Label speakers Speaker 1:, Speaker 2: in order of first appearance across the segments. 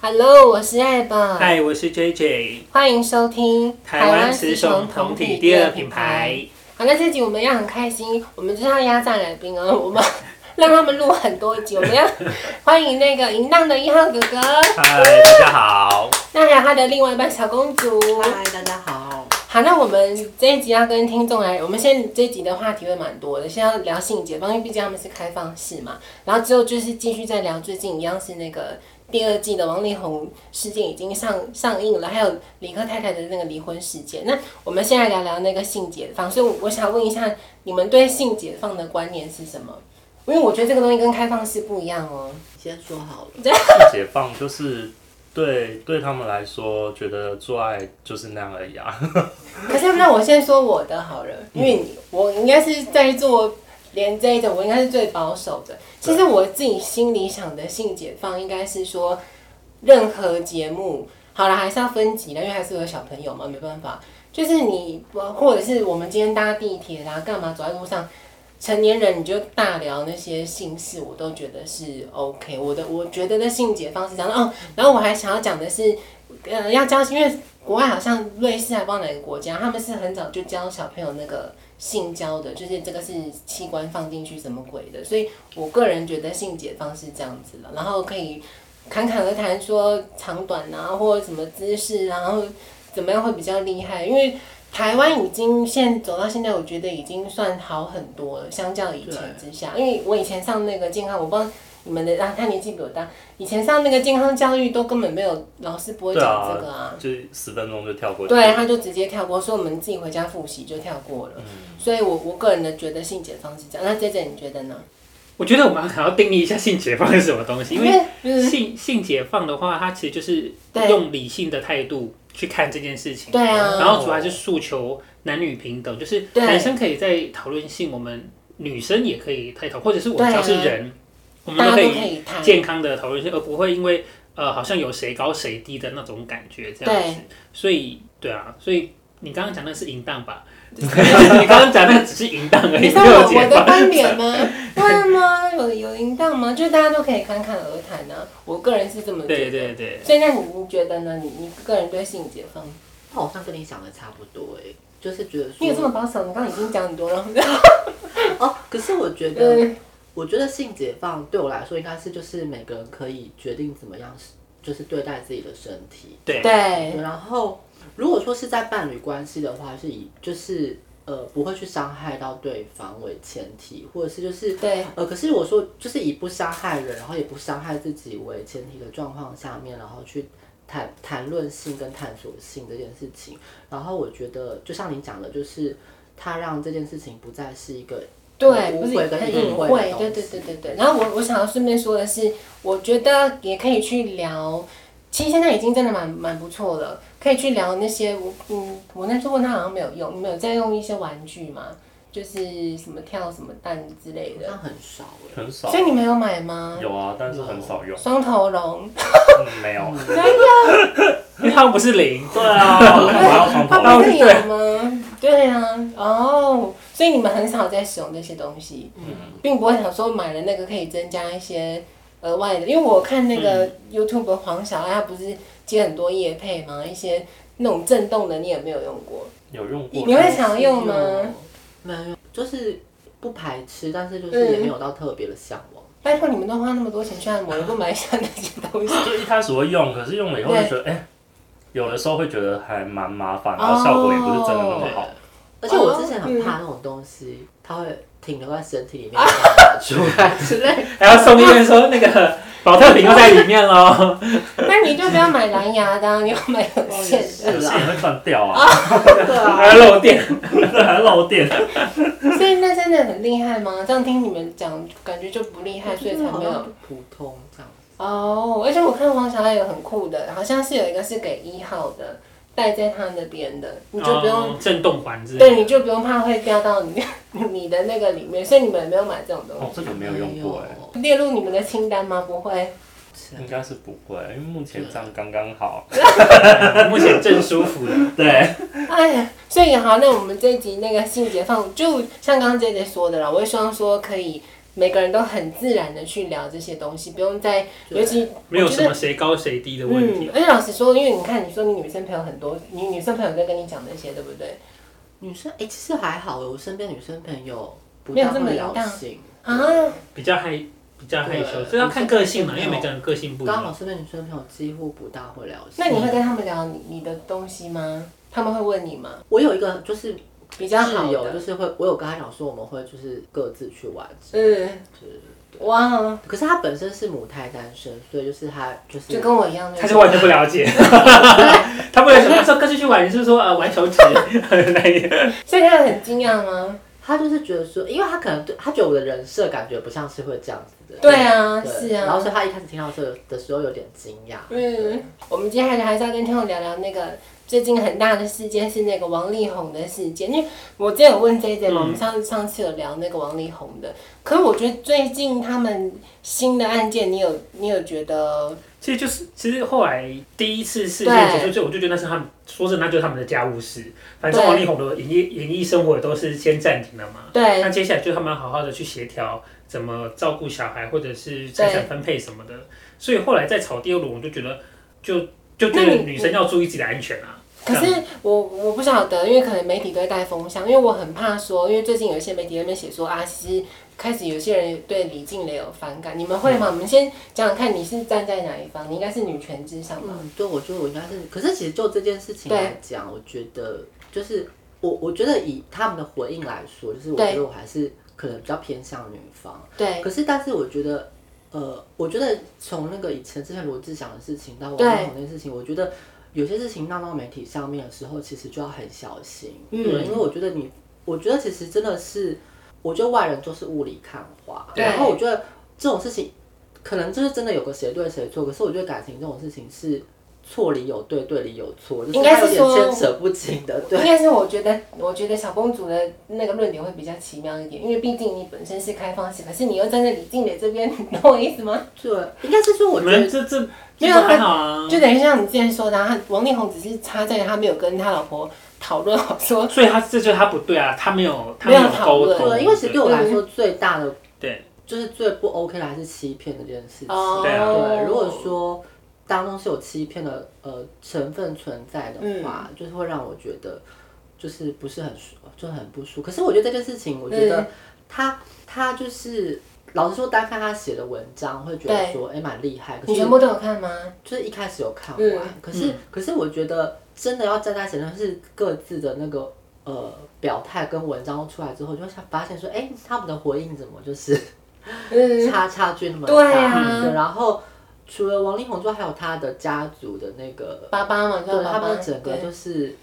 Speaker 1: Hello，我是艾宝，
Speaker 2: 嗨，我是 JJ，
Speaker 1: 欢迎收听
Speaker 2: 台湾雌雄同体第二品牌。。
Speaker 1: 好，那这集我们要很开心，我们就是要压榨来宾哦，我们 让他们录很多集，我们要 欢迎那个淫荡的一号哥哥，
Speaker 2: 嗨，大家好。
Speaker 1: 那还有他的另外一半小公主。
Speaker 3: 嗨，大家好。
Speaker 1: 好，那我们这一集要跟听众来，我们现在这一集的话题会蛮多的，先要聊性解放，因为毕竟他们是开放式嘛，然后之后就是继续再聊最近一样是那个第二季的王力宏事件已经上上映了，还有李克太太的那个离婚事件。那我们现在聊聊那个性解放，所以我我想问一下，你们对性解放的观念是什么？因为我觉得这个东西跟开放式不一样哦。
Speaker 3: 先说好了，
Speaker 4: 解放就是对对他们来说，觉得做爱就是那样而已 啊。
Speaker 1: 可是那我先说我的好了，因为你我应该是在做连这一种，我应该是最保守的。其实我自己心里想的性解放，应该是说任何节目，好了还是要分级的，因为还是有小朋友嘛，没办法。就是你或者是我们今天搭地铁啦，干嘛走在路上，成年人你就大聊那些性事，我都觉得是 OK。我的我觉得的性解放是这样的哦，然后我还想要讲的是，呃，要教，因为国外好像瑞士还不知道哪个国家，他们是很早就教小朋友那个性交的，就是这个是器官放进去什么鬼的，所以我个人觉得性解放是这样子的，然后可以侃侃而谈说长短啊，或者什么姿势啊，然后怎么样会比较厉害，因为。台湾已经现走到现在，我觉得已经算好很多了，相较以前之下。因为我以前上那个健康，我不知道你们的，啊，他年纪比我大，以前上那个健康教育都根本没有老师不会讲这个啊。
Speaker 4: 就十分钟就跳过去。
Speaker 1: 对，他就直接跳过，说我们自己回家复习就跳过
Speaker 2: 嗯
Speaker 1: 了。所以我我个人的觉得性解放是这样。那 J J 你觉得呢？
Speaker 2: 我觉得我们还要定义一下性解放是什么东西，因为
Speaker 1: 嗯
Speaker 2: 性性解放的话，它其实就是
Speaker 1: 对
Speaker 2: 用理性的态度去看这件事情，
Speaker 1: 对啊，
Speaker 2: 然后主要是诉求男女平等，就是
Speaker 1: 对
Speaker 2: 男生可以在讨论性，我们女生也可以探讨，或者是我
Speaker 1: 对啊
Speaker 2: 们只要是人，我们
Speaker 1: 大
Speaker 2: 都
Speaker 1: 家都
Speaker 2: 可以
Speaker 1: 可以谈。
Speaker 2: 健康的讨论性，而不会因为呃好像有谁高谁低的那种感觉这样子。所以对啊，所以你刚刚讲那是淫荡 吧？你刚刚讲那只是淫荡而
Speaker 1: 你
Speaker 2: 已，
Speaker 1: 知道
Speaker 2: 没
Speaker 1: 我
Speaker 2: 有
Speaker 1: 我
Speaker 2: 解
Speaker 1: 的
Speaker 2: 放。
Speaker 1: 观点吗？对吗？有有淫荡吗？就是大家都可以侃侃而谈啊。我个人是这么觉得。
Speaker 2: 对对对，
Speaker 1: 所以那你你觉得呢？你你个人对性解放，
Speaker 3: 我好像跟你想的差不多哎、就是觉得
Speaker 1: 你有这么
Speaker 3: 说
Speaker 1: 保守？你刚刚已经讲很多了。
Speaker 3: 哦，可是我觉得，
Speaker 1: 对
Speaker 3: 我觉得性解放对我来说应该是就是每个人可以决定怎么样，就是对待自己的身体。
Speaker 2: 对
Speaker 1: 对
Speaker 3: 然后如果说是在伴侣关系的话，是以就是呃不会去伤害到对方为前提，或者是就是
Speaker 1: 对
Speaker 3: 呃，可是我说就是以不伤害人，然后也不伤害自己为前提的状况下面，然后去谈谈论性跟探索性这件事情。然后我觉得就像你讲的，就是它让这件事情不再是一个
Speaker 1: 对，
Speaker 3: 污
Speaker 1: 不是
Speaker 3: 秽跟
Speaker 1: 很
Speaker 3: 隐
Speaker 1: 隐
Speaker 3: 晦
Speaker 1: 晦对
Speaker 3: 的，东
Speaker 1: 对
Speaker 3: 西
Speaker 1: 对对对。然后我我想要顺便说的是，我觉得也可以去聊，其实现在已经真的蛮蛮不错了，可以去聊那些我嗯，我那时候问他好像没有用，你们有在用一些玩具吗？就是什么跳什么蛋之类
Speaker 3: 好像
Speaker 1: 的，
Speaker 3: 很少了。
Speaker 4: 很少
Speaker 1: 所以你们有买吗？
Speaker 4: 有啊，但是很少用，
Speaker 1: 双头龙，
Speaker 4: 嗯没有。
Speaker 1: 真的？
Speaker 2: 因为他们不是零，
Speaker 4: 对啊，我要从头
Speaker 1: 他
Speaker 4: 来
Speaker 1: 不是有吗？对啊，哦，所以你们很少在使用这些东西。
Speaker 4: 嗯，
Speaker 1: 并不会想说买了那个可以增加一些额外的，因为我看那个
Speaker 4: 嗯
Speaker 1: YouTube 的黄小爱，她不是接很多夜配吗？一些那种震动的，你有没有用过？
Speaker 4: 有用
Speaker 1: 你
Speaker 4: 过。
Speaker 1: 你会想用吗？？
Speaker 3: 没有，就是不排斥，但是就是也
Speaker 1: 嗯
Speaker 3: 没有到特别的向往。
Speaker 1: 拜托你们都花那么多钱去按摩，你不买一下那些东 西？
Speaker 4: 就一开始会用，可是用了以后就觉得，哎、有的时候会觉得还蛮麻
Speaker 1: 哦
Speaker 4: 烦，然后效果也不是真的那么好。
Speaker 3: 而且我之前
Speaker 1: 嗯
Speaker 3: 很怕那种东西，它会停留在身体里
Speaker 1: 啊
Speaker 3: 面，然后拿出来之 类。
Speaker 2: 还要送医院说那个保特瓶又在里面喽。
Speaker 1: 那你就不要买蓝牙的啊、你要买有线
Speaker 3: 是
Speaker 1: 的。
Speaker 4: 可 是
Speaker 3: 啦
Speaker 4: 哦也会断掉啊，
Speaker 3: 对啊，
Speaker 2: 还漏电，
Speaker 4: 还漏电。
Speaker 1: 所以那真的很厉害吗？这样听你们讲，感觉就不厉害，所以才没有。
Speaker 3: 普通这样。
Speaker 1: 哦，而且我看黄小爱有很酷的，好像是有一个是给一号的，戴在他那边的，你就不用
Speaker 2: 哦震动环之类
Speaker 1: 对，
Speaker 2: 的。
Speaker 1: 你就不用怕会掉到你 你的那个里面，所以你们没有买这种东
Speaker 4: 哦，这个没有用过哎、
Speaker 1: 西，列入你们的清单吗？不会，
Speaker 3: 啊
Speaker 4: 应该是不会，因为目前这样刚刚好。
Speaker 2: 目前正舒服的。
Speaker 4: 对，
Speaker 1: 哎呀，所以好，那我们这一集那个性解放，就像刚刚姐姐说的啦，我也希望说可以每个人都很自然的去聊这些东西，不用再尤其
Speaker 2: 没有
Speaker 1: 我觉
Speaker 2: 什
Speaker 1: 得嗯
Speaker 2: 么谁高谁低的问题。
Speaker 1: 而且老实说，因为你看，你说你女生朋友很多，你女生朋友在跟你讲这些，对不对？
Speaker 3: 女生哎、其实还好，我身边女生朋友不
Speaker 1: 没有
Speaker 3: 大
Speaker 1: 这么
Speaker 3: 会
Speaker 1: 淫
Speaker 3: 聊
Speaker 1: 荡
Speaker 3: 性，
Speaker 1: 啊，
Speaker 2: 比较害比较害羞，
Speaker 3: 对
Speaker 2: 这要看个性嘛，
Speaker 3: 女
Speaker 2: 因
Speaker 3: 生
Speaker 2: 为每个人个性不一
Speaker 3: 刚好
Speaker 2: 样。
Speaker 3: 身边女生朋友几乎不大会聊性。
Speaker 1: 那你会跟他们聊你你的东西吗？他们会问你吗？
Speaker 3: 我有一个就是
Speaker 1: 比较
Speaker 3: 室
Speaker 1: 好
Speaker 3: 友，就
Speaker 1: 的，
Speaker 3: 是会我有跟他讲说我们会就是各自去玩，
Speaker 1: 嗯，哇，哦
Speaker 3: 可是他本身是母胎单身，所以就是他就是
Speaker 1: 就跟我一样，
Speaker 2: 他就完全不了解，他不了解。他说跟出去玩，你是说呃玩手指那一样
Speaker 1: 所以他很惊讶吗？
Speaker 3: 他就是觉得说，因为他可能对他觉得我的人设感觉不像是会这样子的，
Speaker 1: 对啊，是
Speaker 3: 对然后
Speaker 1: 啊
Speaker 3: 所。以他一开始听到这个的时候有点惊讶，
Speaker 1: 嗯，我们接下来还是要跟听众聊聊那个最近很大的事件是那个王力宏的事件，因为我之前有问 J J 嘛，
Speaker 2: 嗯
Speaker 1: 我们上上次有聊那个王力宏的，可是我觉得最近他们新的案件，你有你有觉得
Speaker 2: 其实就是，其实后来第一次事件结
Speaker 1: 对
Speaker 2: 束，就我就觉得那是他们说真的，那就是他们的家务事。反正王力宏的演艺演艺生活都是先暂停了嘛。
Speaker 1: 对
Speaker 2: 那接下来就他们要好好的去协调怎么照顾小孩，或者是财产分配什么的。所以后来在炒第二轮，我就觉得就就觉
Speaker 1: 那
Speaker 2: 得
Speaker 1: 你
Speaker 2: 女生要注意自己的安全啊。
Speaker 1: 可
Speaker 2: 这样
Speaker 1: 是我我不晓得，因为可能媒体都会带风向，因为我很怕说，因为最近有一些媒体在那边写说啊，其实开始有些人对李静蕾有反感，你们会
Speaker 3: 嗯
Speaker 1: 吗？我们先讲讲看，你是站在哪一方？你应该是女权至上吧？
Speaker 3: 嗯，对，我觉得我应该是，可是其实就这件事情
Speaker 1: 对
Speaker 3: 来讲，我觉得就是我我觉得以他们的回应来说，就是我
Speaker 1: 对
Speaker 3: 觉得我还是可能比较偏向女方，
Speaker 1: 对
Speaker 3: 可是但是我觉得。呃，我觉得从那个以前之前罗志祥的事情到王
Speaker 1: 对
Speaker 3: 力宏那件事情，我觉得有些事情闹到媒体上面的时候，其实就要很小心。
Speaker 1: 嗯
Speaker 3: 对因为我觉得你，我觉得其实真的是，我觉得外人都是雾里看花。
Speaker 1: 对
Speaker 3: 然后我觉得这种事情，可能就是真的有个谁对谁错，可是我觉得感情这种事情是错里有对，对里有错，就是
Speaker 1: 应该
Speaker 3: 它
Speaker 1: 是
Speaker 3: 有点
Speaker 1: 说
Speaker 3: 牵扯不清的。对
Speaker 1: 应该是我觉得，我觉得小公主的那个论点会比较奇妙一点，因为毕竟你本身是开放式，可是你又站在李静蕾这边，你懂我意思吗？
Speaker 3: 对，应该是说我
Speaker 2: 你
Speaker 3: 觉得
Speaker 2: 们这这
Speaker 1: 没
Speaker 2: 这
Speaker 1: 有
Speaker 2: 都还好
Speaker 3: 嗯
Speaker 2: 啊。
Speaker 1: 就等于像你之前说的啊，他王力宏只是插在他没有跟他老婆讨论好说，
Speaker 2: 所以他这就是他不对啊，他没有他
Speaker 1: 没
Speaker 2: 没
Speaker 1: 有
Speaker 2: 有
Speaker 1: 讨
Speaker 2: 沟
Speaker 1: 论
Speaker 2: 通，
Speaker 3: 对，因为其实对我
Speaker 1: 嗯
Speaker 3: 来说最大的
Speaker 2: 对
Speaker 3: 就是最不 OK 的还是欺骗这件事情。
Speaker 1: 哦
Speaker 2: 对啊
Speaker 3: 对，如果说当中是有欺骗的呃成分存在
Speaker 1: 嗯
Speaker 3: 的话，就是会让我觉得就是不是很舒，就很不舒服。可是我觉得这件事情，我觉得他、他就是老实说，单看他写的文章，会觉得
Speaker 1: 对
Speaker 3: 说哎蛮厉害。可
Speaker 1: 你
Speaker 3: 是
Speaker 1: 全部都有看吗？
Speaker 3: 就是一开始有看完，
Speaker 1: 嗯
Speaker 3: 可是、可是我觉得真的要站在前面是各自的那个呃表态跟文章出来之后，就会想发现说，哎、他们的回应怎么就是
Speaker 1: 嗯，
Speaker 3: 差差距那么大？
Speaker 1: 对啊
Speaker 3: 对然后除了王力宏之外，还有他的家族的那个，
Speaker 1: 爸爸嘛，叫
Speaker 3: 对
Speaker 1: 爸
Speaker 3: 他
Speaker 1: 爸，
Speaker 3: 们整个
Speaker 1: 对
Speaker 3: 就是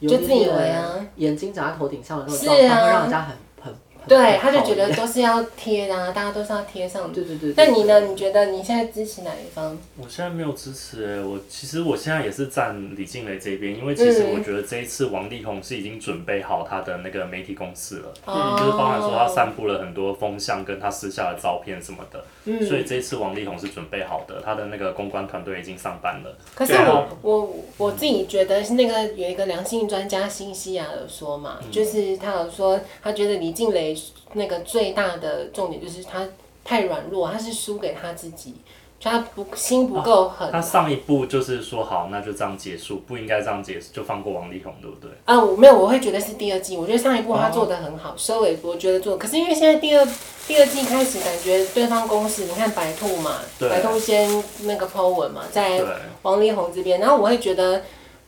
Speaker 3: 有
Speaker 1: 就自以
Speaker 3: 一点
Speaker 1: 为啊
Speaker 3: 眼睛长在头顶上的那种
Speaker 1: 是
Speaker 3: 状况，
Speaker 1: 啊
Speaker 3: 会让人家很很
Speaker 1: 对，
Speaker 3: 很
Speaker 1: 他就
Speaker 3: 讨
Speaker 1: 觉
Speaker 3: 厌
Speaker 1: 得都是要贴的啊，大家都是要贴上的。
Speaker 3: 对对对。
Speaker 1: 那
Speaker 3: 对
Speaker 1: 你呢？你觉得你现在支持哪一 方？
Speaker 4: 我现在没有支持、欸，我其实我现在也是站李静蕾这边，因为其实
Speaker 1: 嗯
Speaker 4: 我觉得这一次王力宏是已经准备好他的那个媒体公司了，
Speaker 1: 哦
Speaker 4: 就是包含说他啊散布了很多风向跟他私下的照片什么的，所以这一次王力宏是准备好的，他的那个公关团队已经上班了。
Speaker 1: 可是
Speaker 2: 对
Speaker 1: 我
Speaker 2: 啊
Speaker 1: 我我自己觉得是那个有一个良性专家辛西亚有说嘛，
Speaker 4: 嗯
Speaker 1: 就是他有说他觉得李静蕾那个最大的重点就是他太软弱，他是输给他自己，就他不心不够狠。
Speaker 4: 啊他上一步就是说好，那就这样结束，不应该这样结束，就放过王力宏，对不对？
Speaker 1: 啊，我没有，我会觉得是第二季。我觉得上一部他做的很好，收尾我觉得做，可是因为现在第二第二季开始，感觉对方公司，你看白兔嘛，
Speaker 4: 对
Speaker 1: 白兔先那个 Po 文嘛，在
Speaker 4: 对。
Speaker 1: 王力宏这边，然后我会觉得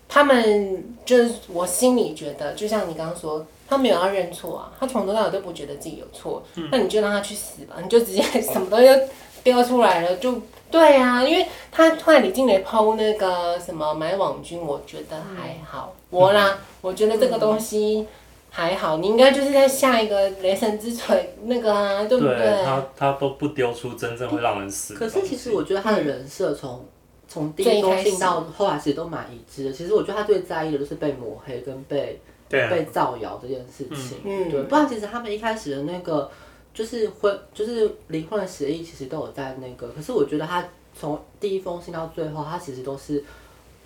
Speaker 1: 他们就是我心里觉得，就像你刚刚说，他没有要认错啊，他从头到尾都不觉得自己有错，那你就让他去死吧，你就直接 什么东西都丢出来了，就对啊，因为他后来李静蕾抛那个什么买网军，我觉得还好，我啦，我觉得这个东西。还好，你应该就是在下一个雷神之锤那个啊，对不对？
Speaker 4: 对他，他都不丢出真正会让人死的
Speaker 3: 可
Speaker 4: 东西。
Speaker 3: 是其实我觉得他的人设从从第一封信到后来，其实都蛮一致的。其实我觉得他最在意的就是被抹黑跟被、
Speaker 2: 对啊，
Speaker 3: 被造谣这件事情。
Speaker 1: 嗯嗯
Speaker 3: 对，不然其实他们一开始的那个就是婚就是离婚的协议，其实都有在那个。可是我觉得他从第一封信到最后，他其实都是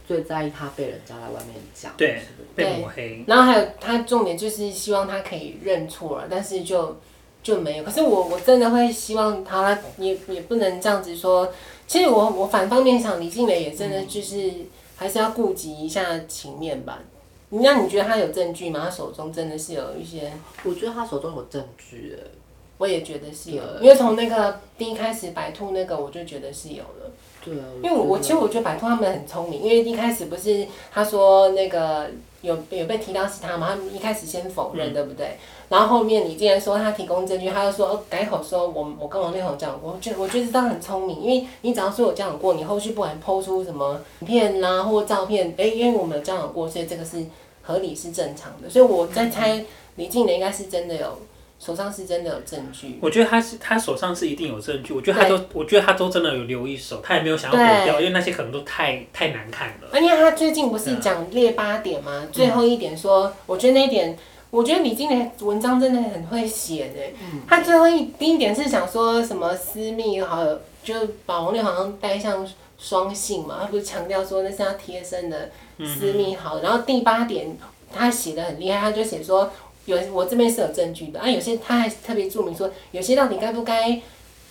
Speaker 3: 最在意他被人家在外面讲。
Speaker 2: 对
Speaker 3: 是不是
Speaker 2: 被抹黑。
Speaker 1: 然后还有他重点就是希望他可以认错了，但是就就没有。可是我我真的会希望他也也不能这样子说。其实我我反方面想，李静蕾也真的就是、还是要顾及一下情面吧。那你觉得他有证据吗？他手中真的是有一些，
Speaker 3: 我觉得他手中有证据耶，
Speaker 1: 我也觉得是有的，因为从那个第一开始白兔那个，我就觉得是有了。
Speaker 3: 对啊，
Speaker 1: 因为我我其
Speaker 3: 觉
Speaker 1: 实我觉得白兔他们很聪明，因为一开始不是他说那个有有被提到是他嘛，他们一开始先否认，对不对？然后后面你竟然说他提供证据，他又说、哦改口说我我跟王力宏交往过，我觉得我觉得这样很聪明，因为你只要说有交往过，你后续不管抛出什么影片啦或照片，哎，因为我们有交往过，所以这个是合理是正常的，所以我在猜李静蕾应该是真的有手上是真的有证据，
Speaker 2: 我觉得他是他手上是一定有证据，我觉得他都我觉得他都真的有留一手，他也没有想要
Speaker 1: 对
Speaker 2: 躲掉，因为那些可能都太太难看了。
Speaker 1: 而且啊他最近不是讲列八点吗？最后一点说，我觉得那一点，我觉得李金的文章真的很会写呢。他最后一第一点是想说什么私密好友，就是把王力宏好像带向双性嘛，他不是强调说那是他贴身的私密好友。然后第八点他写的很厉害，他就写说有我这边是有证据的，啊，有些他还特别注明说有些到底该不该。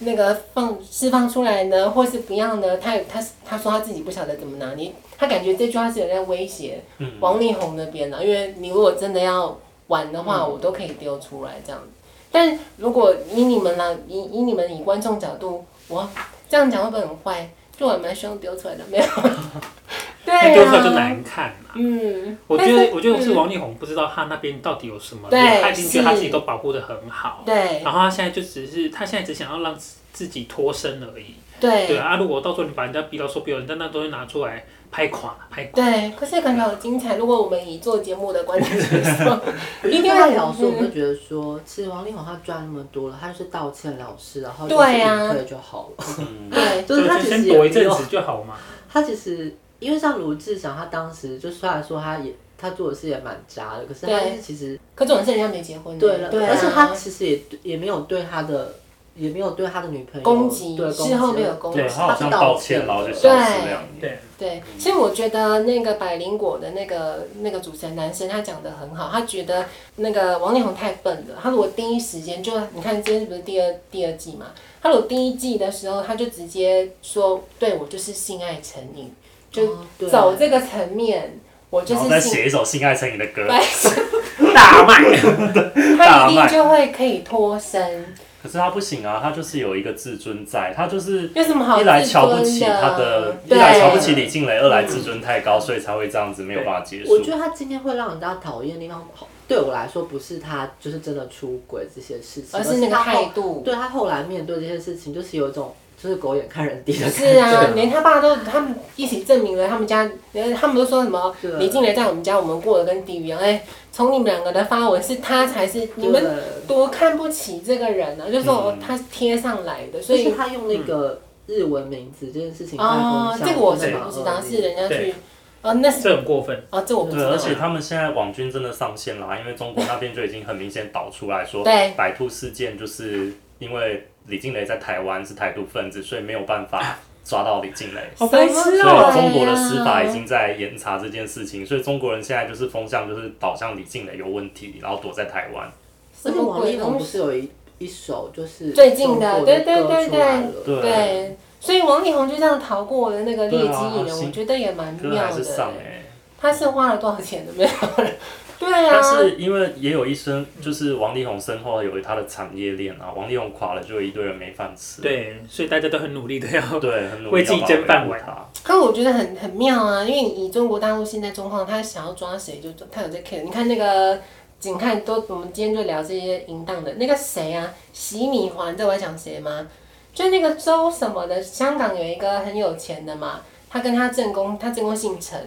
Speaker 1: 那个放释放出来呢，或是不要呢？他有他他说他自己不晓得怎么拿捏，他感觉这句话是有在威胁
Speaker 2: 嗯
Speaker 1: 王力宏那边的，因为你如果真的要玩的
Speaker 2: 嗯
Speaker 1: 话，我都可以丢出来这样子。但如果以你们啦，以以你们以观众角度，我这样讲会不会很坏？就我还蛮希望丢出来的， 没有？
Speaker 2: 那
Speaker 1: 对
Speaker 2: 丢出来就
Speaker 1: 啊，
Speaker 2: 难看啊！
Speaker 1: 嗯，
Speaker 2: 我觉
Speaker 1: 但
Speaker 2: 得
Speaker 1: 是
Speaker 2: 我觉得是王力宏不知道他那边到底有什么，
Speaker 1: 对
Speaker 2: 他已经觉得他自己
Speaker 1: 是
Speaker 2: 都保护的很好，
Speaker 1: 对
Speaker 2: 然后他现在就只是他现在只想要让自自己脱身而已。对
Speaker 1: 对
Speaker 2: 啊，如果到时候你把人家逼到受不了，人家那东西拿出来拍垮拍垮。
Speaker 1: 对，可是感觉好精彩。如果我们以做节目的观点来说，一
Speaker 3: 因
Speaker 1: 定
Speaker 3: 为他
Speaker 1: 会
Speaker 3: 了事，我
Speaker 1: 嗯
Speaker 3: 就觉得说，其实王力宏他赚那么多了，他就是道歉了事，然后就是
Speaker 1: 对啊哎
Speaker 3: 隐退就好了。
Speaker 1: 对
Speaker 3: 就是他
Speaker 2: 就
Speaker 3: 其
Speaker 2: 先
Speaker 3: 实
Speaker 2: 躲
Speaker 3: 也
Speaker 2: 一
Speaker 3: 没
Speaker 2: 阵
Speaker 3: 有，
Speaker 2: 子就好嘛。
Speaker 3: 他其实因为像卢志祥，他当时就虽然说他也他做的事也蛮渣的，可是他
Speaker 1: 对
Speaker 3: 是其实
Speaker 1: 可总是人家没结婚的，
Speaker 3: 对了，
Speaker 1: 对啊，
Speaker 3: 而且他其实也也没有对他的也没有对他的女朋友
Speaker 1: 攻击
Speaker 3: 对攻击
Speaker 1: 事后没有攻击
Speaker 4: 对，，他好像道歉，然后就消失两
Speaker 1: 哦
Speaker 4: 年。
Speaker 2: 对，
Speaker 1: 对，其实我觉得那个百灵果的那个那个主持人男生，他讲的很好，他觉得那个王力宏太笨了。他如果第一时间就，你看今天是不是第二第二季嘛？他如果第一季的时候，他就直接说，对我就是性爱成瘾，就
Speaker 3: 哦对
Speaker 1: 走这个层面，我就
Speaker 4: 然后
Speaker 1: 是
Speaker 4: 再
Speaker 1: 性。
Speaker 4: 写一首性爱成瘾的歌，
Speaker 2: 大卖。
Speaker 1: 他一定就会可以脱身，
Speaker 4: 可是他不行啊，他就是有一个自尊在，他就是
Speaker 1: 有什么好
Speaker 4: 一来瞧不起他的
Speaker 1: 的，，
Speaker 4: 一
Speaker 1: 对，嗯
Speaker 4: 来瞧不起李静蕾，二来自尊太高，所以才会这样子没有办法结
Speaker 3: 我
Speaker 4: 束
Speaker 3: 觉。得他今天会让人家讨厌的地方，对我来说不是他就是真的出轨这些事情，
Speaker 1: 而是那个
Speaker 3: 他后
Speaker 1: 态度。
Speaker 3: 对他后来面对这些事情，就是有一种就是狗眼看人低的感觉。
Speaker 1: 是啊，连他爸都他们一起证明了他们家，连他们都说什么
Speaker 3: 对
Speaker 1: 李静蕾在我们家，我们过得跟地狱一样。哎、从你们两个的发文是他才是你们多看不起这个人呢、啊，就说、哦
Speaker 4: 嗯
Speaker 1: 他贴上来的，所
Speaker 3: 所以
Speaker 1: 以
Speaker 3: 他用那个日文名字这件事情在
Speaker 1: 啊、
Speaker 3: 封
Speaker 1: 这
Speaker 3: 杀
Speaker 1: 个我
Speaker 3: 真
Speaker 1: 是
Speaker 3: 的蛮
Speaker 1: 不知道，
Speaker 3: 恶
Speaker 1: 是
Speaker 3: 劣的
Speaker 1: 人家去
Speaker 2: 对
Speaker 1: 哦，那是
Speaker 2: 这很过分。
Speaker 1: 哦，这我不知
Speaker 4: 对，
Speaker 1: 道。
Speaker 4: 而且他们现在网军真的上线啊啦，因为中国那边就已经很明显导出来说，
Speaker 1: 对
Speaker 4: 百兔事件就是因为李静蕾在台湾是台独分子，所以没有办法抓到李静蕾。
Speaker 2: 好白
Speaker 1: 什
Speaker 2: 痴
Speaker 1: 么
Speaker 2: 哦、
Speaker 4: 所
Speaker 1: 啊
Speaker 4: 以中国的司法已经在严查这件事情，所以中国人现在就是风向就是导向李静蕾有问题，然后躲在台湾。
Speaker 3: 而
Speaker 1: 什
Speaker 3: 且
Speaker 1: 么
Speaker 3: 王
Speaker 1: 鬼
Speaker 3: 力宏
Speaker 1: 东
Speaker 3: 不
Speaker 1: 西？
Speaker 3: 是有一一首就是
Speaker 1: 最近的
Speaker 3: 中国
Speaker 1: 对对
Speaker 3: 歌
Speaker 1: 对
Speaker 3: 出来了
Speaker 4: 对啊
Speaker 1: 对，所以王力宏就这样逃过我的那个劣迹
Speaker 4: 对啊
Speaker 1: 艺人，我
Speaker 4: 行
Speaker 1: 觉得也蛮
Speaker 4: 歌
Speaker 1: 妙
Speaker 4: 还
Speaker 1: 的、
Speaker 4: 是上哎、
Speaker 1: 他是花了多少钱的没有？ 对啊，
Speaker 4: 但是因为也有一身，就是王力宏身后有他的产业链啊，王力宏垮了就有一堆人没饭吃，
Speaker 2: 对，所以大家都很努力的要
Speaker 4: 对，很努力
Speaker 2: 为自己争饭碗
Speaker 4: 要把它维护他。
Speaker 1: 可我觉得很很妙啊，因为你以中国大陆现在状况，他想要抓谁就抓他有在 care。你看那个，你看都我们今天就聊这些淫荡的那个谁啊，洗米华，你知道我在讲谁吗？就那个周什么的，香港有一个很有钱的嘛，他跟他正宫，他正宫姓陈，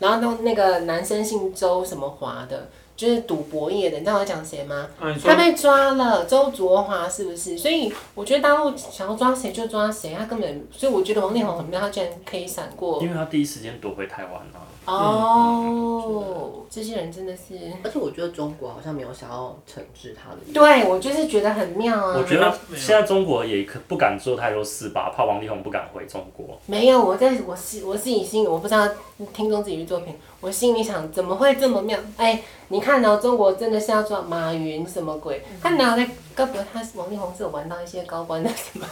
Speaker 1: 然后那那个男生姓周什么华的，就是赌博业的，你知道我在讲谁吗？
Speaker 2: 啊，你说
Speaker 1: 他被抓了，周卓华是不是？所以我觉得大陆想要抓谁就抓谁，他根本，所以我觉得王力宏
Speaker 4: 嗯
Speaker 1: 很妙，他居然可以闪过。
Speaker 4: 因为他第一时间躲回台湾啊，
Speaker 1: 哦，这些人真的是，
Speaker 3: 而且我觉得中国好像没有想要惩治他的意思。
Speaker 1: 对啊我就是觉得很妙
Speaker 4: 我
Speaker 1: 啊。
Speaker 4: 觉得
Speaker 2: 没有
Speaker 4: 现在中国也可不敢做太多事吧，怕王力宏不敢回中国。
Speaker 1: 没有，我在我是我自己心里，我不知道听众自己去作品，我心里想怎么会这么妙？哎，你看到、中国真的是要抓马云什么鬼？
Speaker 4: 嗯
Speaker 1: 他哪有在？该不会他是王力宏是有玩到一些高官的什么？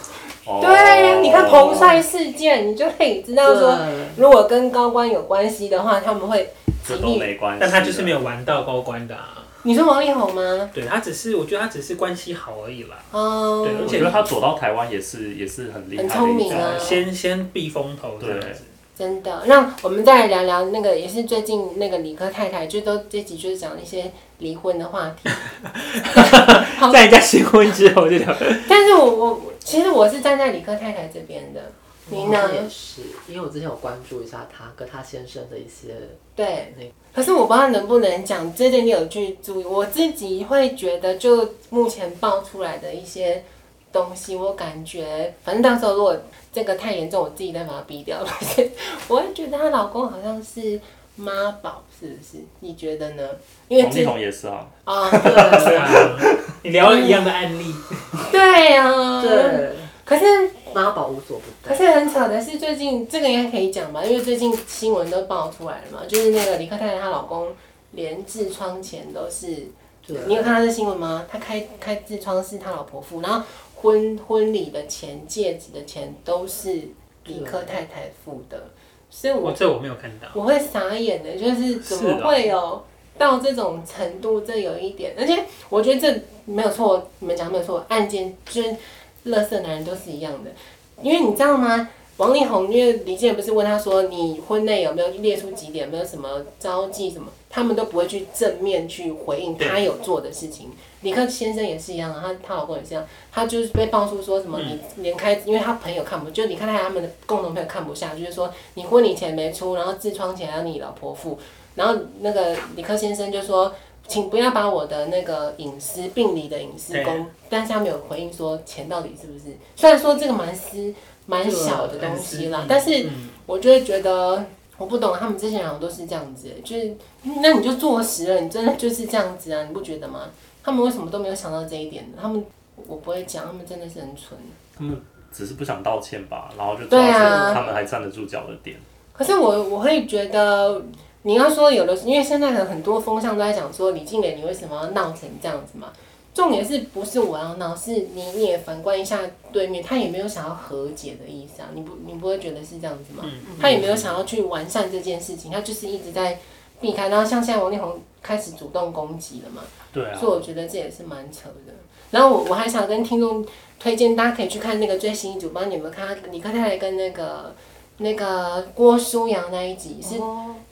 Speaker 4: 哦
Speaker 1: 对呀，你看彭帅事件，你就可以知道说，
Speaker 3: 对
Speaker 1: 如果跟高官有关系的话，他们会极
Speaker 4: 这都
Speaker 1: 力。
Speaker 4: 没关系，
Speaker 2: 但他就是没。有玩到高官的、啊，
Speaker 1: 你说王力宏吗？
Speaker 2: 对他只是我觉得他只是关系好而已啦，
Speaker 1: 哦，
Speaker 2: 对
Speaker 4: 我觉得他躲到台湾也是也是很厉害的一
Speaker 1: 很聪明
Speaker 4: 招
Speaker 1: 啊
Speaker 2: 先先避风头这样
Speaker 4: 对
Speaker 2: 子。
Speaker 1: 真的，那我们再来聊聊那个，也是最近那个理科太太，就都这集就是讲一些离婚的话题。好
Speaker 2: 在人家新婚之后就聊，
Speaker 1: 但是我我我其实我是站在理科太太这边的，你
Speaker 3: 我
Speaker 1: 呢
Speaker 3: 也？是，因为我之前有关注一下他跟他先生的一些
Speaker 1: 对
Speaker 3: 那个。
Speaker 1: 可是我不知道能不能讲，这点你有去注意。我自己会觉得，就目前爆出来的一些东西，我感觉，反正到时候如果这个太严重，我自己再把它逼掉。我会觉得她老公好像是妈宝，是不是？你觉得呢？因为
Speaker 4: 王
Speaker 1: 这
Speaker 4: 力宏也是啊，
Speaker 1: 啊、
Speaker 2: 对啊，你聊了一样的案例，
Speaker 1: 对啊，。
Speaker 3: 对
Speaker 1: 可是
Speaker 3: 妈宝无所不
Speaker 1: 可
Speaker 3: 在。
Speaker 1: 是很巧的是，最近这个应该可以讲吧，因为最近新闻都爆出来了嘛，就是那个李克太太她老公连痔疮前都是，你有
Speaker 3: 对，
Speaker 1: 看到这新闻吗？他开开痔疮是他老婆付，然后婚婚礼的钱、戒指的钱都是李克太太付的，所以
Speaker 2: 我
Speaker 1: 我
Speaker 2: 这我没有看到。
Speaker 1: 我会傻眼的，就是怎
Speaker 2: 是
Speaker 1: 么
Speaker 2: 啊
Speaker 1: 会有到这种程度？这有一点，而且我觉得这没有错，你们讲没有错，案件就是乐色男人都是一样的，因为你知道吗？王力宏，因为李健不是问他说你婚内有没有列出几点，有没有什么招妓什么，他们都不会去正面去回应
Speaker 2: 对
Speaker 1: 他有做的事情。李克先生也是一样啊，他他老公也是一样，他就是被爆出说什么你连开，因为他朋友看不，就你看他他们的共同朋友看不下去，就是说你婚礼钱没出，然后痔疮钱要你老婆付，然后那个李克先生就说，请不要把我的那个隐私病理的隐私
Speaker 2: 对
Speaker 1: 公，但是他没有回应说钱到底是不是，虽然说这个蛮私蛮小的东西啦，但是
Speaker 2: 嗯
Speaker 1: 我就会觉得。我不懂，他们这些人好像都是这样子，欸就是那你就坐实了，你真的就是这样子啊，你不觉得吗？他们为什么都没有想到这一点呢？他们我不会讲，他们真的是很蠢。
Speaker 4: 他们只是不想道歉吧，然后就抓
Speaker 1: 对
Speaker 4: 住
Speaker 1: 啊
Speaker 4: 他们还站得住脚的点。
Speaker 1: 可是我我会觉得，你要说有的，因为现在很很多风向都在讲说李静蕾你为什么要闹成这样子嘛？重点是不是我要闹，是你你也反观一下对面，他也没有想要和解的意思啊，你不你不会觉得是这样子吗？他也没有想要去完善这件事情，他就是一直在避开，然后像现在王力宏开始主动攻击了嘛。
Speaker 4: 对啊，
Speaker 1: 所以我觉得这也是蛮扯的。然后我我还想跟听众推荐，大家可以去看那个最新一组，帮你们看李克太太跟那个那个郭书阳那一集是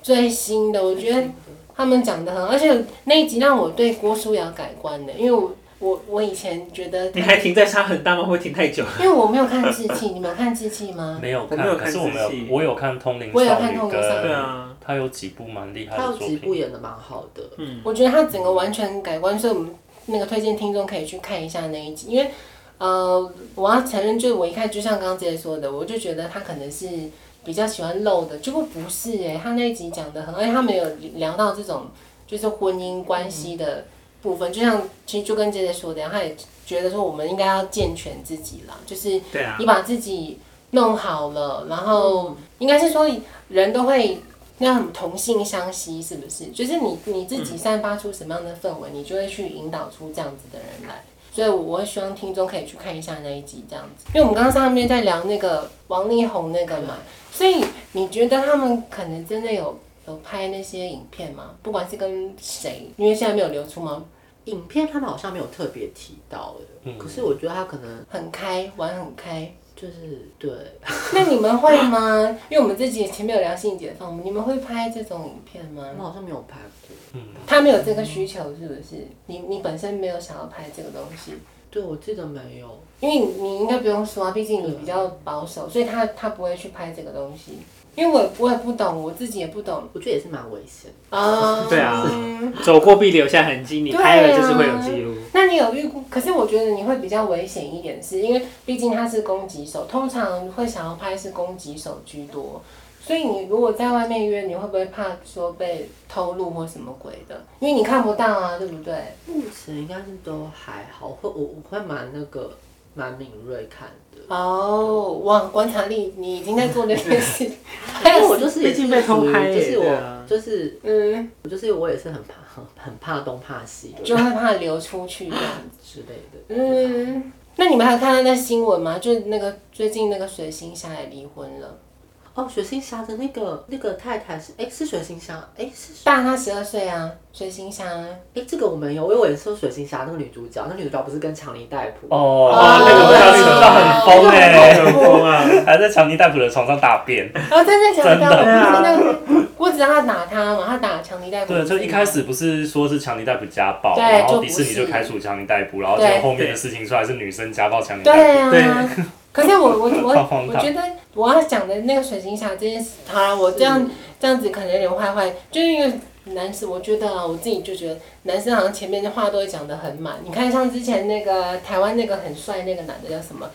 Speaker 1: 最新的，我觉得他们讲的很，而且那一集让我对郭书阳改观的，因为我我我以前觉得
Speaker 2: 你
Speaker 1: 他，
Speaker 2: 还停在沙很大吗？会不会停太久？
Speaker 1: 因为我没有看志气，你们有看志气吗？
Speaker 4: 没有
Speaker 2: 我
Speaker 4: 看，
Speaker 2: 没有
Speaker 4: 可
Speaker 2: 看
Speaker 4: 是我没有
Speaker 2: 仔细，
Speaker 4: 我有看《通灵
Speaker 1: 我有
Speaker 4: 少
Speaker 1: 看
Speaker 4: 女
Speaker 1: 通》灵少女
Speaker 2: 对
Speaker 4: 跟
Speaker 2: 啊，
Speaker 4: 他有几部蛮厉害
Speaker 3: 他
Speaker 4: 的
Speaker 3: 有
Speaker 4: 作
Speaker 3: 几部
Speaker 4: 品。
Speaker 3: 演的蛮好的。
Speaker 2: 嗯，
Speaker 1: 我觉得他整个完全改观，所以我们那个推荐听众可以去看一下那一集，因为呃，我要承认，就是我一开始就像刚刚姐姐说的，我就觉得他可能是比较喜欢露的，结果不是诶、他那一集讲的很，而且他没有聊到这种就是婚姻关系的部分，就像其实就跟姐姐说的一样，他也觉得说我们应该要健全自己啦，就是
Speaker 2: 对啊，
Speaker 1: 你把自己弄好了，然后应该是说人都会那样同性相吸，是不是？就是你你自己散发出什么样的氛围，你就会去引导出这样子的人来。所以我我会希望听众可以去看一下那一集，这样子，因为我们刚刚上面在聊那个王力宏那个嘛，所以你觉得他们可能真的有有拍那些影片吗？不管是跟谁，因为现在没有流出吗？
Speaker 3: 影片他们好像没有特别提到哎、
Speaker 4: 嗯
Speaker 3: 可是我觉得他可能
Speaker 1: 很开，玩很开，
Speaker 3: 就是对，
Speaker 1: 那你们会吗？因为我们自己前面有聊性解放，你们会拍这种影片
Speaker 3: 他们
Speaker 1: 吗？
Speaker 3: 好像没有拍过。
Speaker 4: 嗯，
Speaker 1: 他们有这个需求是不是？你你本身没有想要拍这个东西，
Speaker 3: 对，我记得没有。
Speaker 1: 因为你你应该不用说啊，毕竟你比较保守，所以他他不会去拍这个东西。因为我我也不懂，我自己也不 懂
Speaker 3: 我觉得也是蛮危险的。
Speaker 1: 啊。
Speaker 2: 对啊
Speaker 1: 嗯
Speaker 2: 走过必留下痕迹，你
Speaker 1: 对啊
Speaker 2: 拍了就是会有记录。
Speaker 1: 那你有遇过？可是我觉得你会比较危险一点是，因为毕竟他是攻击手，通常会想要拍是攻击手居多，所以你如果在外面约，你会不会怕说被偷录或什么鬼的？因为你看不到啊，对不对？
Speaker 3: 目前应该是都还好，会我我会蛮那个蛮敏锐看的，
Speaker 1: 哦，哇，观察力，你已经在做这件 事。
Speaker 3: 但是我就是也
Speaker 2: 毕
Speaker 3: 是
Speaker 2: 竟被偷
Speaker 3: 属于
Speaker 2: 拍耶
Speaker 3: 就是
Speaker 2: 对
Speaker 3: 我
Speaker 2: 啊
Speaker 3: 就是
Speaker 1: 嗯，
Speaker 3: 我就是我也是很怕很很怕东怕西的
Speaker 1: 就害怕流出去这样子。
Speaker 3: 之类的，
Speaker 1: 嗯，那你们还有看到那新闻吗？就是那个最近那个水星侠也离婚了，
Speaker 3: 哦，水星侠的那个那个太太是，哎、是水星侠，哎、是，
Speaker 1: 大他十二岁啊，水星侠。
Speaker 3: 哎、这个我没有，因为我也是水星侠那个女主角，那个女主角不是跟强尼戴普，
Speaker 4: 哦，
Speaker 1: 哦
Speaker 4: 那个大家扯到很疯哎、
Speaker 2: 很疯啊！
Speaker 4: 还在强尼戴普的床上大便。
Speaker 1: 然后真的强尼戴
Speaker 2: 真的啊
Speaker 1: 普，那个我只让他打他嘛，他打强尼戴普。
Speaker 4: 对，就一开始不是说是强尼戴普家暴，
Speaker 1: 对
Speaker 4: 然后
Speaker 1: 就
Speaker 4: 迪
Speaker 1: 不
Speaker 4: 士尼就是开除强尼戴普，然后结果
Speaker 1: 对
Speaker 4: 后面的事情出来是女生家暴强尼戴
Speaker 1: 对
Speaker 4: 普。
Speaker 1: 啊，
Speaker 2: 对
Speaker 1: 可是我我 我
Speaker 4: 放荒
Speaker 1: 我
Speaker 4: 唐
Speaker 1: 觉得我要讲的那个水晶侠这件事，好啦，我这样这样子可能有点坏坏，就是因为男生，我觉得啊，我自己就觉得男生好像前面的话都会讲得很满。你看像之前那个台湾那个很帅那个男的叫什么？